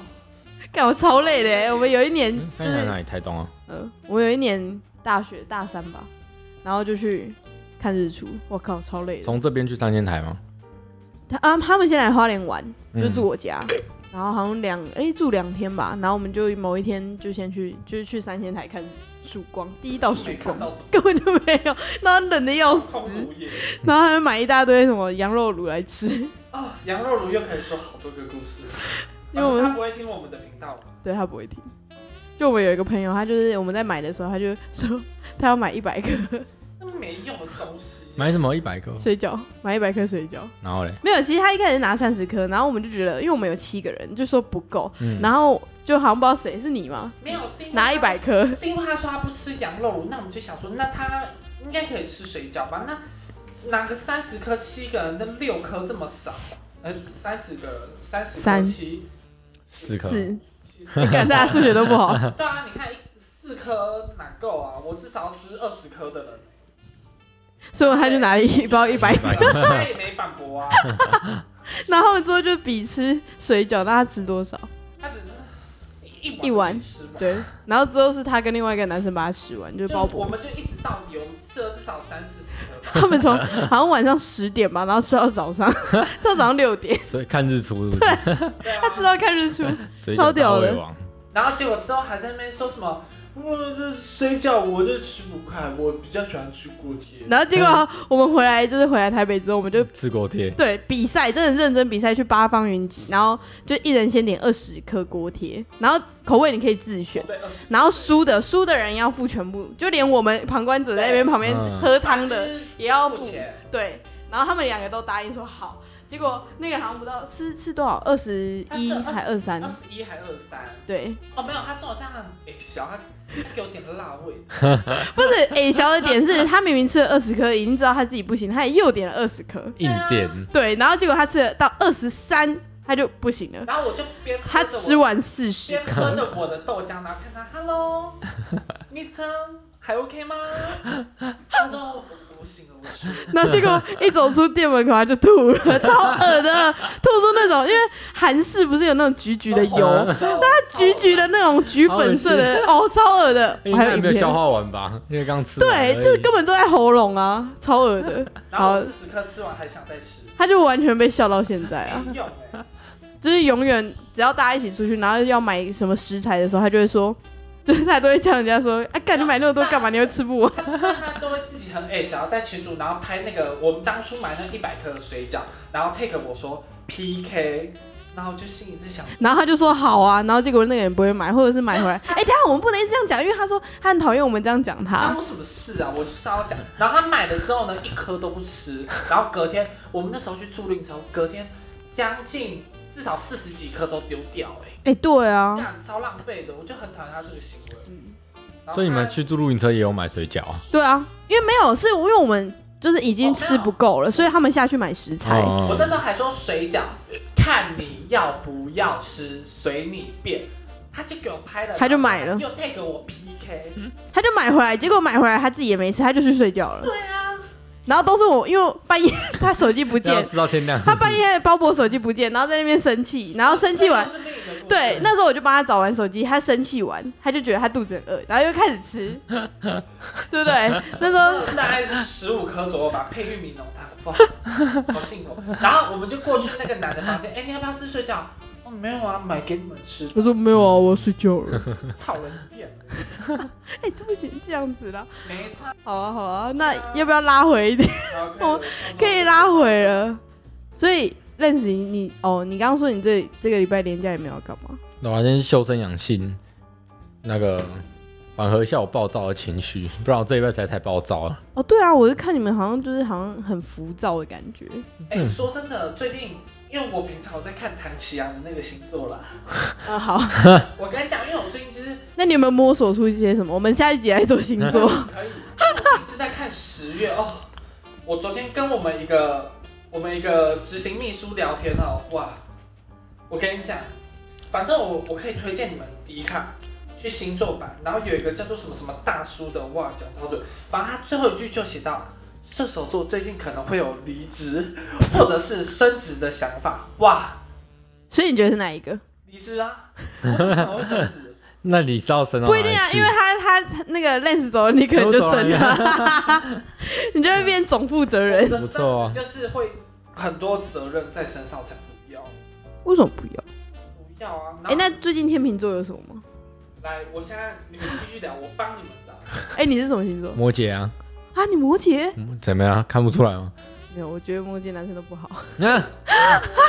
[SPEAKER 1] 干我超累的、欸，我们有一年
[SPEAKER 2] 嗯，
[SPEAKER 1] 就
[SPEAKER 2] 现在在
[SPEAKER 1] 是
[SPEAKER 2] 哪里？台东啊？
[SPEAKER 1] 呃，我有一年大学大三吧，然后就去看日出，我靠，超累的。
[SPEAKER 2] 从这边去三千台吗？
[SPEAKER 1] 他啊，他们先来花莲玩，
[SPEAKER 2] 嗯
[SPEAKER 1] 就住我家，然后好像两哎、住两天吧，然后我们就某一天就先去，就是去三仙台看曙光，第一道曙
[SPEAKER 3] 没
[SPEAKER 1] 光
[SPEAKER 3] 看到什么
[SPEAKER 1] 根本就没有，然后冷的要死，
[SPEAKER 3] 痛苦夜
[SPEAKER 1] 然后还买一大堆什么羊肉卤来吃，
[SPEAKER 3] 啊！羊肉炉又可以说好多个故 事，
[SPEAKER 1] 因为我们
[SPEAKER 3] 他不会听我们的频道吧
[SPEAKER 1] 对他不会听。就我们有一个朋友，他就是我们在买的时候，他就说他要买一百颗
[SPEAKER 3] 那没用的东西。
[SPEAKER 2] 嗯买什么一百个？
[SPEAKER 1] 水饺，买一百颗水饺。
[SPEAKER 2] 然后嘞，
[SPEAKER 1] 没有，其实他一开始拿三十颗，然后我们就觉得，因为我们有七个人，就说不够，
[SPEAKER 2] 嗯，
[SPEAKER 1] 然后就好像不知道谁是你嘛，
[SPEAKER 3] 没有，是因为
[SPEAKER 1] 拿一百颗，
[SPEAKER 3] 是因为他说他不吃羊肉炉，那我们就想说，那他应该可以吃水饺吧？那拿个三十颗，七个人，那六颗这么少，呃，三十个人，三十颗
[SPEAKER 1] 三
[SPEAKER 3] 七，
[SPEAKER 2] 四颗。
[SPEAKER 1] 是，
[SPEAKER 3] 七
[SPEAKER 1] 你看大家数学都不好，
[SPEAKER 3] 对啊，你看一四颗哪够啊？我至少要吃二十颗的人，
[SPEAKER 1] 所以他就拿了一包 一百，
[SPEAKER 2] 百
[SPEAKER 3] 他也没反驳啊，
[SPEAKER 1] 然后之后就比吃水饺，那他吃多少？
[SPEAKER 3] 他只是一
[SPEAKER 1] 一碗
[SPEAKER 3] 没吃完。
[SPEAKER 1] 对，然后之后是他跟另外一个男生把它吃完，就是
[SPEAKER 3] 就
[SPEAKER 1] 包
[SPEAKER 3] 我
[SPEAKER 1] 伯，
[SPEAKER 3] 们就一直到底，我们吃了至少三四十颗 吧。
[SPEAKER 1] 他们从好像晚上十点吧，然后吃到早上，吃到早上六点，
[SPEAKER 2] 所以看日出是不是？
[SPEAKER 3] 对啊
[SPEAKER 1] 他吃到看日出，
[SPEAKER 2] 水
[SPEAKER 1] 超
[SPEAKER 2] 饺
[SPEAKER 1] 屌
[SPEAKER 2] 大
[SPEAKER 1] 的
[SPEAKER 2] 胃王。
[SPEAKER 3] 然后结果之后还在那边说什么，我这水饺我就吃不快，我比较喜欢吃锅贴。
[SPEAKER 1] 然后结果我们回来就是回来台北之后，我们就
[SPEAKER 2] 吃锅贴，
[SPEAKER 1] 对，比赛真的认真比赛，去八方云集，然后就一人先点二十颗锅贴，然后口味你可以自选，
[SPEAKER 3] 对，二十。
[SPEAKER 1] 然后输的输的人要付全部，就连我们旁观者在那边旁边
[SPEAKER 2] 嗯
[SPEAKER 1] 喝汤的也要
[SPEAKER 3] 付
[SPEAKER 1] 付，
[SPEAKER 3] 钱，
[SPEAKER 1] 对，然后他们两个都答应说好，结果那个好像不到吃吃多少，二十
[SPEAKER 3] 他
[SPEAKER 1] 一
[SPEAKER 3] 是
[SPEAKER 1] 还二三
[SPEAKER 3] 二，十一还二三？
[SPEAKER 1] 对，
[SPEAKER 3] 哦，没有，他中午像很哎小，他他给我点辣味，
[SPEAKER 1] 不是，哎、小的点是他明明吃了二十颗，已经知道他自己不行，他也又点了二十颗，
[SPEAKER 2] 硬点，
[SPEAKER 1] 对，啊然后结果他吃了到二十三，他就不行了，
[SPEAKER 3] 然后我就边喝
[SPEAKER 1] 他
[SPEAKER 3] 着我
[SPEAKER 1] 吃完四十。
[SPEAKER 3] 边喝着我的豆浆，然后看他，Hello，Mr，还 OK 吗？他说我我醒了，我输了。
[SPEAKER 1] 然后结果一走出店门口，他就吐 了，超恶的，吐出那种，因为韩式不是有那种橘橘的
[SPEAKER 2] 哦
[SPEAKER 1] 油，
[SPEAKER 3] 他
[SPEAKER 1] 橘橘的那种橘粉色的，哦，超恶的，
[SPEAKER 2] 应
[SPEAKER 1] 我还
[SPEAKER 2] 该
[SPEAKER 1] 有
[SPEAKER 2] 还
[SPEAKER 1] 影
[SPEAKER 2] 哎没有消
[SPEAKER 1] 片，
[SPEAKER 2] 化完吧？因为刚吃完而已。
[SPEAKER 1] 对，就根本都在喉咙啊，超恶的，
[SPEAKER 3] 然后我四十颗吃完还想再吃，
[SPEAKER 1] 他就完全被笑到现在啊，
[SPEAKER 3] 没用哎。
[SPEAKER 1] 就是永远只要大家一起出去，然后要买什么食材的时候，他就会说。就是他都会叫人家说，啊，干你买那么多干嘛？你会吃不完？
[SPEAKER 3] 他都会自己很哎、想要在群主，然后拍那个我们当初买那一百克的水饺，然后 take 我说 PK，然后我就心里在想，
[SPEAKER 1] 然后他就说好啊，然后结果那个人不会买，或者是买 回来。哎、等一下我们不能这样讲，因为他说他很讨厌我们这样讲他。
[SPEAKER 3] 关我什么事啊？我就是要讲。然后他买了之后呢，一颗都不吃，然后隔天我们那时候去住令城，隔天将近至少四十几颗都丢掉、哎，
[SPEAKER 1] 哎、对啊
[SPEAKER 3] 这，样超浪费的，我就很讨厌他这个行为。
[SPEAKER 1] 嗯
[SPEAKER 3] 然后
[SPEAKER 2] 所以你们
[SPEAKER 3] 他
[SPEAKER 2] 去住露营车也有买水饺啊？
[SPEAKER 1] 对啊，因为没有是因为我们就是已经
[SPEAKER 3] 哦
[SPEAKER 1] 吃不够了，所以他们下去买食材。
[SPEAKER 2] 哦嗯
[SPEAKER 3] 我那时候还说水饺，看你要不要吃，随你便。他就给我拍了，
[SPEAKER 1] 他就买了
[SPEAKER 3] 又 take 我 PK。
[SPEAKER 1] 他就买回来，结果买回来他自己也没吃，他就去睡觉了。
[SPEAKER 3] 对啊，
[SPEAKER 1] 然后都是我，因为半夜他手机不
[SPEAKER 2] 要
[SPEAKER 1] 见，
[SPEAKER 2] 吃到天亮。
[SPEAKER 1] 他半夜包博手机不见，然后在那边生气，然后生气完
[SPEAKER 3] 这，是另一个故事
[SPEAKER 1] 对，那时候我就帮他找完手机，他生气完，他就觉得他肚子很饿，然后又开始吃，对不对？那时候
[SPEAKER 3] 大概是十五颗左右吧，配玉米浓汤，哇，好幸福。然后我们就过去那个男的房间，哎、你要不要吃水饺？哦，没有啊，买给你们吃，
[SPEAKER 1] 我说没有啊，我要睡觉了。
[SPEAKER 3] 讨人厌，
[SPEAKER 1] 哎、对不起，这样子啦。
[SPEAKER 3] 没差。
[SPEAKER 1] 好啊，好啊，那要不要拉回一点？哦可以拉回了。所以认识你，你哦，你刚刚说你这这个礼拜连假也没有要干嘛？
[SPEAKER 2] 那我先修身养性，那个缓和一下我暴躁的情绪， 不然我这一拜才太暴躁了。
[SPEAKER 1] 哦，对啊，我就看你们好像就是好像很浮躁的感觉。
[SPEAKER 3] 哎、说真的，最近因为我平常我在看唐奇阳的那个星座啦，
[SPEAKER 1] 啊，好，
[SPEAKER 3] 我跟你讲，因为我最近就是
[SPEAKER 1] 那你有没有摸索出一些什么？我们下一集来做星 座。
[SPEAKER 3] 可以，我就在看十月哦。我昨天跟我们一个我们一个执行秘书聊天哦，哇，我跟你讲，反正我我可以推荐你们迪卡去星座版，然后有一个叫做什么什么大叔的，哇，讲超准。反正他最后一句就写到，射手座最近可能会有离职或者是升职的想法，哇，
[SPEAKER 1] 所以你觉得是哪一 个？
[SPEAKER 3] 离职啊，我怎么可能会升 职？
[SPEAKER 2] 那你是要升到
[SPEAKER 1] 不一定
[SPEAKER 2] 哪
[SPEAKER 1] 啊，
[SPEAKER 2] 里去
[SPEAKER 1] 因为他他他那个 Lens 走了，你可能就升了， 你就会变总负责人。
[SPEAKER 3] 我的
[SPEAKER 2] 不错啊
[SPEAKER 3] 上司就是会很多责任在身上才不要，
[SPEAKER 1] 为什么不要？
[SPEAKER 3] 不要啊。
[SPEAKER 1] 哎、
[SPEAKER 3] 然后
[SPEAKER 1] 那最近天秤座有什么吗？
[SPEAKER 3] 来，我现在你们继续聊，我帮你们找。
[SPEAKER 1] 哎、你是什么星座
[SPEAKER 2] 摩羯啊，
[SPEAKER 1] 啊？你摩羯？
[SPEAKER 2] 嗯怎么样？看不出来吗？
[SPEAKER 1] 没有，我觉得摩羯男生都不好。
[SPEAKER 2] 啊，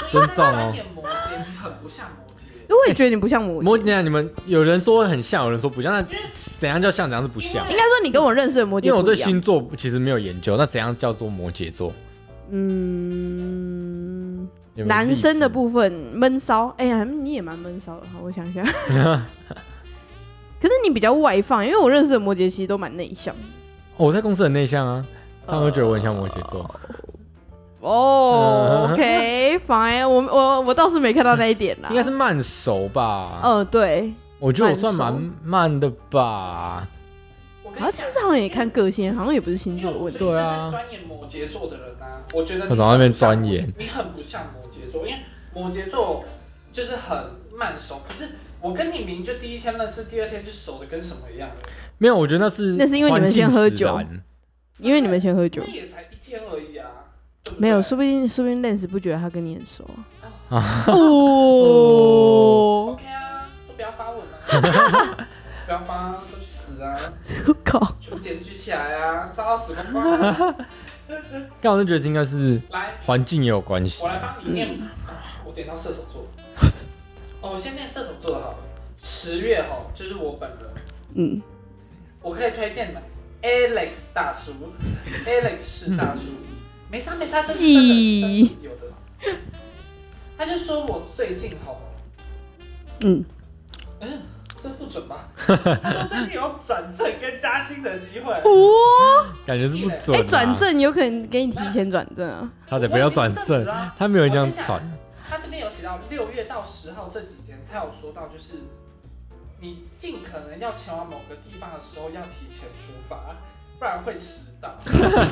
[SPEAKER 2] 尊重哦
[SPEAKER 3] 你摩羯，你很不像摩羯，
[SPEAKER 1] 我也觉得你不像摩羯。
[SPEAKER 2] 哎摩羯啊，你们有人说很像，有人说不像，那
[SPEAKER 3] 因为
[SPEAKER 2] 怎样叫像，怎样是不像？
[SPEAKER 1] 应该说你跟我认识的摩羯
[SPEAKER 2] 因为我
[SPEAKER 1] 不
[SPEAKER 2] 对
[SPEAKER 1] 一样。
[SPEAKER 2] 星座其实没有研究，那怎样叫做摩羯座？
[SPEAKER 1] 嗯，
[SPEAKER 2] 有嗯没有
[SPEAKER 1] 男生的
[SPEAKER 2] 例子
[SPEAKER 1] 部分闷骚，哎、呀，你也蛮闷骚的。好，我想一 下。可是你比较外放，因为我认识的摩羯其实都蛮内向的。
[SPEAKER 2] 哦我在公司很内向啊，他们会觉得我很像
[SPEAKER 1] 呃
[SPEAKER 2] 摩羯座。
[SPEAKER 1] 哦、o k fine，我我我倒是没看到那一点啦
[SPEAKER 2] 应。该是慢熟吧？
[SPEAKER 1] 嗯、对，
[SPEAKER 2] 我觉得我算蛮
[SPEAKER 1] 慢
[SPEAKER 2] 慢的吧。
[SPEAKER 3] 我跟
[SPEAKER 1] 啊，
[SPEAKER 3] 你
[SPEAKER 1] 其
[SPEAKER 3] 讲，
[SPEAKER 1] 实好像也看个性，好像也不是星
[SPEAKER 3] 因
[SPEAKER 1] 座
[SPEAKER 3] 为
[SPEAKER 1] 的
[SPEAKER 3] 我
[SPEAKER 1] 问
[SPEAKER 3] 最
[SPEAKER 1] 题。
[SPEAKER 3] 近
[SPEAKER 2] 对啊
[SPEAKER 3] 在钻研摩羯座的人啊，我觉得
[SPEAKER 2] 我走到那边钻研，
[SPEAKER 3] 你很不像摩羯座，因为摩羯座就是很慢熟，可是我跟你明明就第一天认识，第二天就熟的跟什么一样，
[SPEAKER 2] 没有，我觉得那是
[SPEAKER 1] 那是因为你们先喝酒
[SPEAKER 2] 环境使然
[SPEAKER 1] 因为你们先喝酒
[SPEAKER 3] 那，也才一天而已啊。对不对
[SPEAKER 1] 没有，说不定说不定 Lens 不觉得他跟你很熟啊。哦，
[SPEAKER 3] OK 啊，都不要发文了， 不要发，都去死啊，
[SPEAKER 1] 靠，
[SPEAKER 3] 全部检举起来啊，炸到死光光啊。
[SPEAKER 2] 但我就觉得应该是
[SPEAKER 3] 来，
[SPEAKER 2] 环境也有关系
[SPEAKER 3] 我。来帮你念，啊我点到射手座。哦，我先念射手座好了。十月哈，就是我本人，
[SPEAKER 1] 嗯，
[SPEAKER 3] 我可以推荐的 Alex 大叔，Alex 是大叔，没啥没啥，这是真
[SPEAKER 1] 细
[SPEAKER 3] 的是真的有的。他就说我最近好，
[SPEAKER 1] 嗯，
[SPEAKER 3] 嗯，这不准吧？他说最近有转正跟加薪的机 会。
[SPEAKER 1] 哦，
[SPEAKER 2] 感觉是不准、啊。
[SPEAKER 1] 哎，转，正有可能给你提前转正啊。
[SPEAKER 2] 他才不要转
[SPEAKER 3] 我已经是
[SPEAKER 2] 正
[SPEAKER 3] 正职，啊
[SPEAKER 2] 他没有人这样传。
[SPEAKER 3] 他这边有写到六月到十号这几天，他有说到就是，你尽可能要前往某个地方的时候要提前出发，不然会迟到。
[SPEAKER 1] 什 么啦？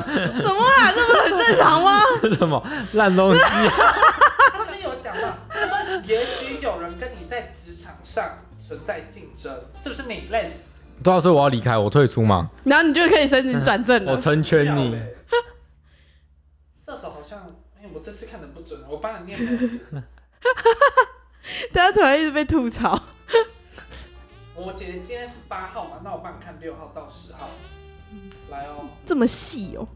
[SPEAKER 1] 这不是很正常吗？
[SPEAKER 2] 什么烂东西？
[SPEAKER 3] 他这边有讲到，他说也许有人跟你在职场上存在竞争，是不是你累死
[SPEAKER 2] 对啊，所以我要离开，我退出 嘛，
[SPEAKER 1] 然后你就可以申请转正
[SPEAKER 2] 我
[SPEAKER 1] 了。
[SPEAKER 2] 成全你。
[SPEAKER 3] 射手好像，哎、我这次看的不准了，我帮你念两集。
[SPEAKER 1] 啊大家突然一直被吐槽。
[SPEAKER 3] 摩羯今天是八号嘛，那我帮你看六号到十号，来哦。
[SPEAKER 1] 这么细哦、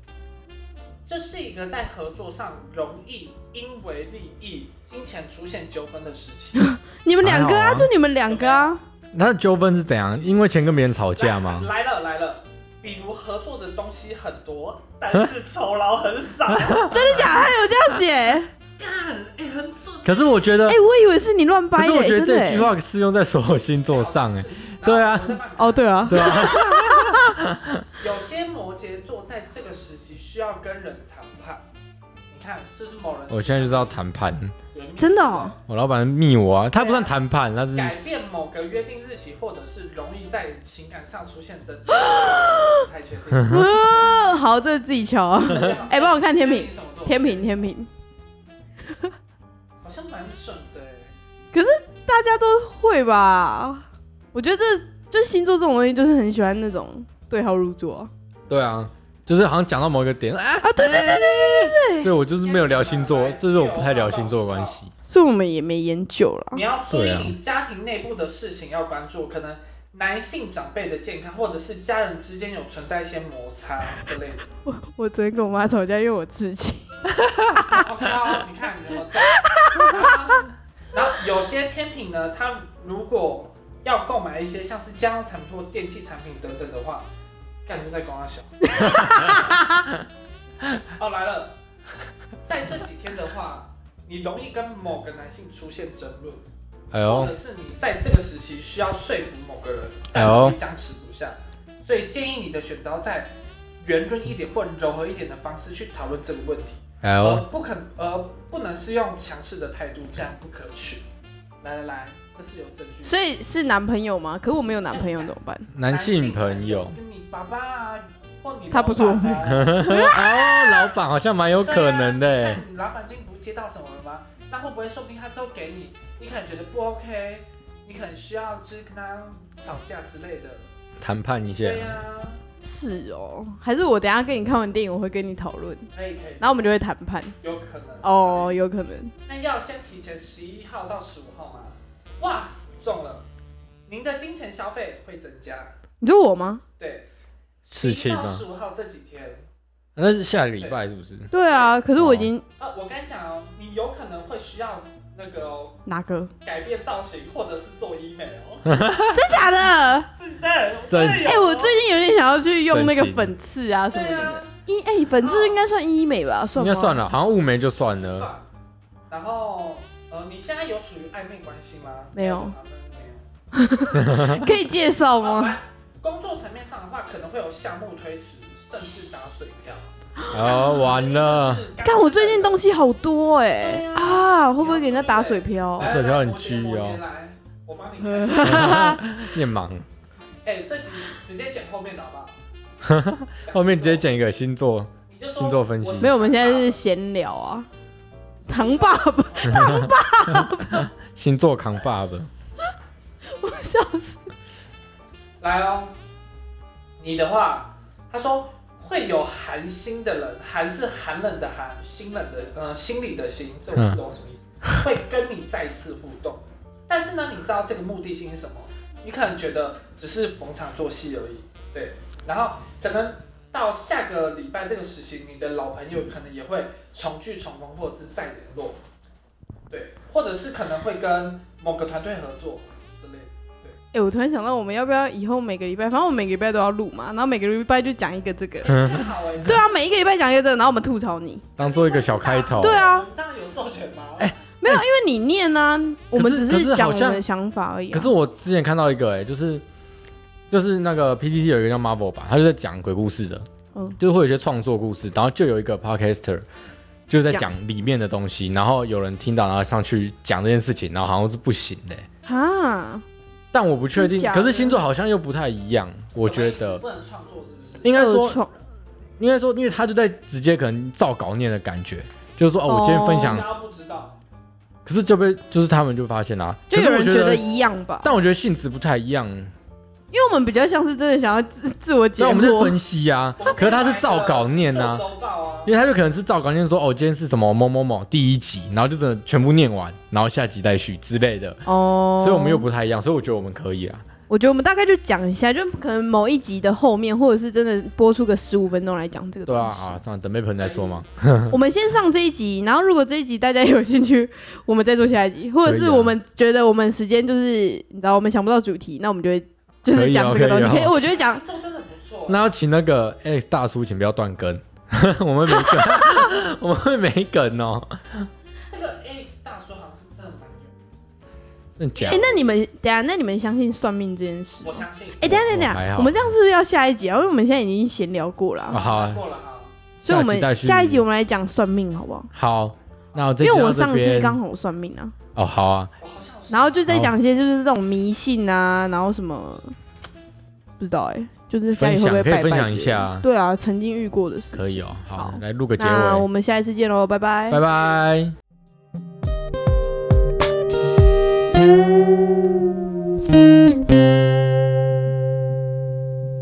[SPEAKER 3] 这是一个在合作上容易因为利益、金钱出现纠纷的时期。
[SPEAKER 1] 你们两个
[SPEAKER 2] 还好
[SPEAKER 1] 啊，
[SPEAKER 2] 啊
[SPEAKER 1] 就你们两个 啊，
[SPEAKER 2] 那纠纷是怎样？因为钱跟别人吵架吗？
[SPEAKER 3] 来了来了，比如合作的东西很多， 但是酬劳很少。
[SPEAKER 1] 真的假的？还有这 样写？
[SPEAKER 3] 干，哎、很准。
[SPEAKER 2] 可是我觉得
[SPEAKER 1] 哎、，我以为是你乱
[SPEAKER 2] 可
[SPEAKER 1] 掰
[SPEAKER 2] 是
[SPEAKER 1] 的、
[SPEAKER 2] 我觉得
[SPEAKER 1] 真的、
[SPEAKER 2] 这
[SPEAKER 1] 欸
[SPEAKER 2] 句。话适用在所有星座 上、哎，对啊
[SPEAKER 3] 我再慢慢
[SPEAKER 1] 哦，对啊，
[SPEAKER 2] 对啊，
[SPEAKER 3] 有些摩羯座在这个时期需要跟人谈判。你看，是不是某人？
[SPEAKER 2] 我现在就是要谈判。
[SPEAKER 3] 在
[SPEAKER 1] 真的哦
[SPEAKER 2] 我老板密我啊，他不算谈判，他是
[SPEAKER 3] 改变某个约定日期，或者是容易在情感上出现争 执，不太确定。
[SPEAKER 2] 嗯
[SPEAKER 1] 啊好，这自己瞧啊。哎、帮我看天平，
[SPEAKER 3] 平
[SPEAKER 1] 天平，天平，
[SPEAKER 3] 好像蛮准的欸。
[SPEAKER 1] 大家都会吧？我觉得这就是星座这种东西，就是很喜欢那种对号入座啊。
[SPEAKER 2] 对啊，就是好像讲到某一个点，啊，
[SPEAKER 1] 啊对对对对，
[SPEAKER 2] 所以我就是没有聊星座，这是我不太聊星座的关系。
[SPEAKER 1] 所以我们也没研究了
[SPEAKER 3] 你。要注意
[SPEAKER 2] 对啊
[SPEAKER 3] 你家庭内部的事情要关注，可能男性长辈的健康，或者是家人之间有存在一些摩擦之类的。
[SPEAKER 1] 我昨天跟我妈吵架，因为我刺青。
[SPEAKER 3] OK，好你看你怎么 做。然后然后有些天品呢，它如果要购买一些像是家用产品或电器产品等等的话，干是在光他 小。哦，来了，在这几天的话，你容易跟某个男性出现争论。
[SPEAKER 2] 哎
[SPEAKER 3] 或
[SPEAKER 2] 呦
[SPEAKER 3] 者，是你在这个时期需要说服某个人，
[SPEAKER 2] 哎
[SPEAKER 3] 但
[SPEAKER 2] 呦
[SPEAKER 3] 容易僵持不下，所以建议你的选择要在圆润一点或柔和一点的方式去讨论这个问题，
[SPEAKER 2] 哎
[SPEAKER 3] 而
[SPEAKER 2] 呦，
[SPEAKER 3] 不肯而不能是用强势的态度，这样不可取。来来来，这是有证据的。
[SPEAKER 1] 所以是男朋友吗？可我没有男朋友怎么办？
[SPEAKER 2] 男性朋友。
[SPEAKER 3] 跟你爸爸啊，或你
[SPEAKER 1] 他不是我朋
[SPEAKER 3] 友，
[SPEAKER 2] 哦，老板好像蛮有可能的
[SPEAKER 3] 对啊
[SPEAKER 2] 欸。
[SPEAKER 3] 你看你老板进不接到什么了吗？那会不会说不定他之后给你，你可能觉得不 OK，你可能需要就是跟他吵架之类的。
[SPEAKER 2] 谈判一下
[SPEAKER 3] 对，
[SPEAKER 1] 啊
[SPEAKER 3] 呀、
[SPEAKER 1] 是哦，还是我等一下跟你看完电影，我会跟你讨论，
[SPEAKER 3] 可以可以，
[SPEAKER 1] 然后我们就会谈判。
[SPEAKER 3] 有可能。
[SPEAKER 1] 哦，有可能。
[SPEAKER 3] 那要先提前十一号到十五号吗？哇，中了！您的金钱消费会增加，
[SPEAKER 1] 你说我吗？
[SPEAKER 3] 对，
[SPEAKER 2] 刺
[SPEAKER 3] 11
[SPEAKER 2] 青
[SPEAKER 3] 到
[SPEAKER 2] 吗
[SPEAKER 3] 十五号这几天，
[SPEAKER 2] 那是下个礼拜是不是？
[SPEAKER 1] 对啊，可是我已经、
[SPEAKER 3] 啊，我跟你讲哦，你有可能会需要那个哦、
[SPEAKER 1] 哪个？
[SPEAKER 3] 改变造型，或者是做医美 哦。
[SPEAKER 1] 真假的？
[SPEAKER 3] 真的，
[SPEAKER 2] 真
[SPEAKER 3] 的 有
[SPEAKER 1] 哎、我最近有点想要去用那个
[SPEAKER 2] 整形
[SPEAKER 1] 粉刺啊什么
[SPEAKER 3] 对
[SPEAKER 1] 的
[SPEAKER 3] 啊。，
[SPEAKER 1] 医哎、粉刺应该算医美吧？算
[SPEAKER 2] 应
[SPEAKER 1] 吗？
[SPEAKER 2] 该算了，好像雾眉就算了。
[SPEAKER 3] 算。然后，呃，你现在有处于暧昧关系吗？
[SPEAKER 1] 没有
[SPEAKER 3] 好那没有。
[SPEAKER 1] 可以介绍
[SPEAKER 3] 好
[SPEAKER 1] 吗？
[SPEAKER 3] 吧工作层面上的话，可能会有项目推迟，甚至打水漂。
[SPEAKER 2] 哦，完了，
[SPEAKER 1] 但我最近东西好多哎、
[SPEAKER 3] 对啊
[SPEAKER 1] 啊，会不会给人家打水啊漂？
[SPEAKER 3] 哎来
[SPEAKER 2] 水漂很
[SPEAKER 3] 摩羯摩
[SPEAKER 2] 拘哦
[SPEAKER 3] 羯来，我帮你看。
[SPEAKER 2] 面盲，
[SPEAKER 3] 哎，这集直接剪后面的好不好？
[SPEAKER 2] 后面直接，剪一个星座，
[SPEAKER 3] 哦你就说
[SPEAKER 2] 星座分析
[SPEAKER 3] 我是
[SPEAKER 1] 没有，我们现在是闲聊啊。唐爸爸，
[SPEAKER 2] 星座扛把子。
[SPEAKER 1] 我笑死。
[SPEAKER 3] 来哦。你的话，他说会有寒心的人，寒是寒冷的寒，心冷的呃心里的心，这我不懂什么意思。会跟你再次互动，但是呢，你知道这个目的性是什么？你可能觉得只是逢场作戏而已，对。然后可能到下个礼拜这个时期，你的老朋友可能也会重聚重逢，或者是再联络，对，或者是可能会跟某个团队合作之类的。
[SPEAKER 1] 哎、我突然想到，我们要不要以后每个礼拜，反正我们每个礼拜都要录嘛，然后每个礼拜就讲一个这个。
[SPEAKER 3] 哎这样好哎、
[SPEAKER 1] 对啊，每一个礼拜讲一个这个，然后我们吐槽你。
[SPEAKER 2] 当做一个小开头。
[SPEAKER 1] 对啊，
[SPEAKER 3] 这样有授权吗？
[SPEAKER 2] 哎
[SPEAKER 1] 没有，因为你念啊，我们只
[SPEAKER 2] 可是
[SPEAKER 1] 讲
[SPEAKER 2] 好
[SPEAKER 1] 我
[SPEAKER 2] 像
[SPEAKER 1] 们的想法而已、啊。
[SPEAKER 2] 可是我之前看到一个、欸，就是就是那个 PPT 有一个叫 Marvel 吧，他就在讲鬼故事的，
[SPEAKER 1] 嗯
[SPEAKER 2] 就是会有一些创作故事，然后就有一个 podcaster 就是在讲里面的东西，然后有人听到，然后上去讲这件事情，然后好像是不行的欸、
[SPEAKER 1] 哈，
[SPEAKER 2] 但我不确
[SPEAKER 1] 真
[SPEAKER 2] 定
[SPEAKER 1] 假，的
[SPEAKER 2] 可是星座好像又不太一样，我觉
[SPEAKER 3] 什么意思
[SPEAKER 2] 得
[SPEAKER 3] 不能创作是不是？
[SPEAKER 2] 应该说
[SPEAKER 1] 二创
[SPEAKER 2] 应该说，因为他就在直接可能照稿念的感觉，就是说哦，我今天分
[SPEAKER 3] 大
[SPEAKER 2] 享，
[SPEAKER 3] 家不知道，
[SPEAKER 2] 可是就被就是他们就发现啦、啊
[SPEAKER 1] 就有人
[SPEAKER 2] 可
[SPEAKER 1] 觉
[SPEAKER 2] 是我
[SPEAKER 1] 得啊一样吧，
[SPEAKER 2] 但我觉得性质不太一样，
[SPEAKER 1] 因为我们比较像是真的想要自自我解
[SPEAKER 2] 那我们就
[SPEAKER 1] 惑。
[SPEAKER 2] 分析啊，可是他是照稿念啊。
[SPEAKER 3] 周报啊
[SPEAKER 2] 因，为他就可能是照稿念说，哦，今天是什么某某某第一集，然后就真的全部念完，然后下集再续之类的，
[SPEAKER 1] 哦，
[SPEAKER 2] 所以我们又不太一样，所以我觉得我们可以啊。
[SPEAKER 1] 我觉得我们大概就讲一下，就可能某一集的后面，或者是真的播出个十五分钟来讲这个
[SPEAKER 2] 对
[SPEAKER 1] 东
[SPEAKER 2] 啊，
[SPEAKER 1] 西。
[SPEAKER 2] 啊，算了，等被喷再说嘛。
[SPEAKER 1] 我们先上这一集，然后如果这一集大家有兴趣，我们再做下一集，或者
[SPEAKER 2] 可
[SPEAKER 1] 是
[SPEAKER 2] 以啊
[SPEAKER 1] 我们觉得我们时间就是你知道我们想不到主题，那我们就会就是讲这个东西。
[SPEAKER 2] 可以啊
[SPEAKER 1] 可
[SPEAKER 2] 可以
[SPEAKER 1] 以，
[SPEAKER 2] 啊
[SPEAKER 1] 我觉得讲
[SPEAKER 3] 做真的不错。啊
[SPEAKER 2] 那要请那个哎、大叔，请不要断更， 我们没梗， 我们会没梗哦。
[SPEAKER 3] 这个 Alex 大叔好像是真的蛮有，
[SPEAKER 2] 那假
[SPEAKER 1] 哎、那你们等一下，那你们相信算命这件事吗
[SPEAKER 3] 我？相信。
[SPEAKER 1] 哎、等一下等一
[SPEAKER 2] 我还
[SPEAKER 1] 下，
[SPEAKER 2] 好
[SPEAKER 1] 我们这样是不是要下一集啊？因为我们现在已经闲聊过了啊、
[SPEAKER 2] 啊好啊
[SPEAKER 3] 过了哈。
[SPEAKER 1] 所以我们
[SPEAKER 2] 下集再续
[SPEAKER 1] 下一集我们来讲算命好不好？
[SPEAKER 2] 好，那我这
[SPEAKER 1] 因
[SPEAKER 2] 集
[SPEAKER 1] 为
[SPEAKER 2] 到
[SPEAKER 1] 我
[SPEAKER 2] 这
[SPEAKER 1] 上期
[SPEAKER 2] 边
[SPEAKER 1] 刚好算命啊，
[SPEAKER 2] 哦，好啊，
[SPEAKER 3] 我好像有
[SPEAKER 1] 然后就在讲一些就是这种迷信啊，然后什么不知道哎、就是家里会不会
[SPEAKER 2] 分享
[SPEAKER 1] 拜
[SPEAKER 2] 可
[SPEAKER 1] 拜
[SPEAKER 2] 以分
[SPEAKER 1] 之
[SPEAKER 2] 享一
[SPEAKER 1] 类的
[SPEAKER 2] 下啊
[SPEAKER 1] 对啊，曾经遇过的事情。
[SPEAKER 2] 可以哦，好，
[SPEAKER 1] 好
[SPEAKER 2] 来录个结
[SPEAKER 1] 那我
[SPEAKER 2] 尾，
[SPEAKER 1] 们下一次见喽，拜拜。
[SPEAKER 2] 拜拜。
[SPEAKER 4] Thank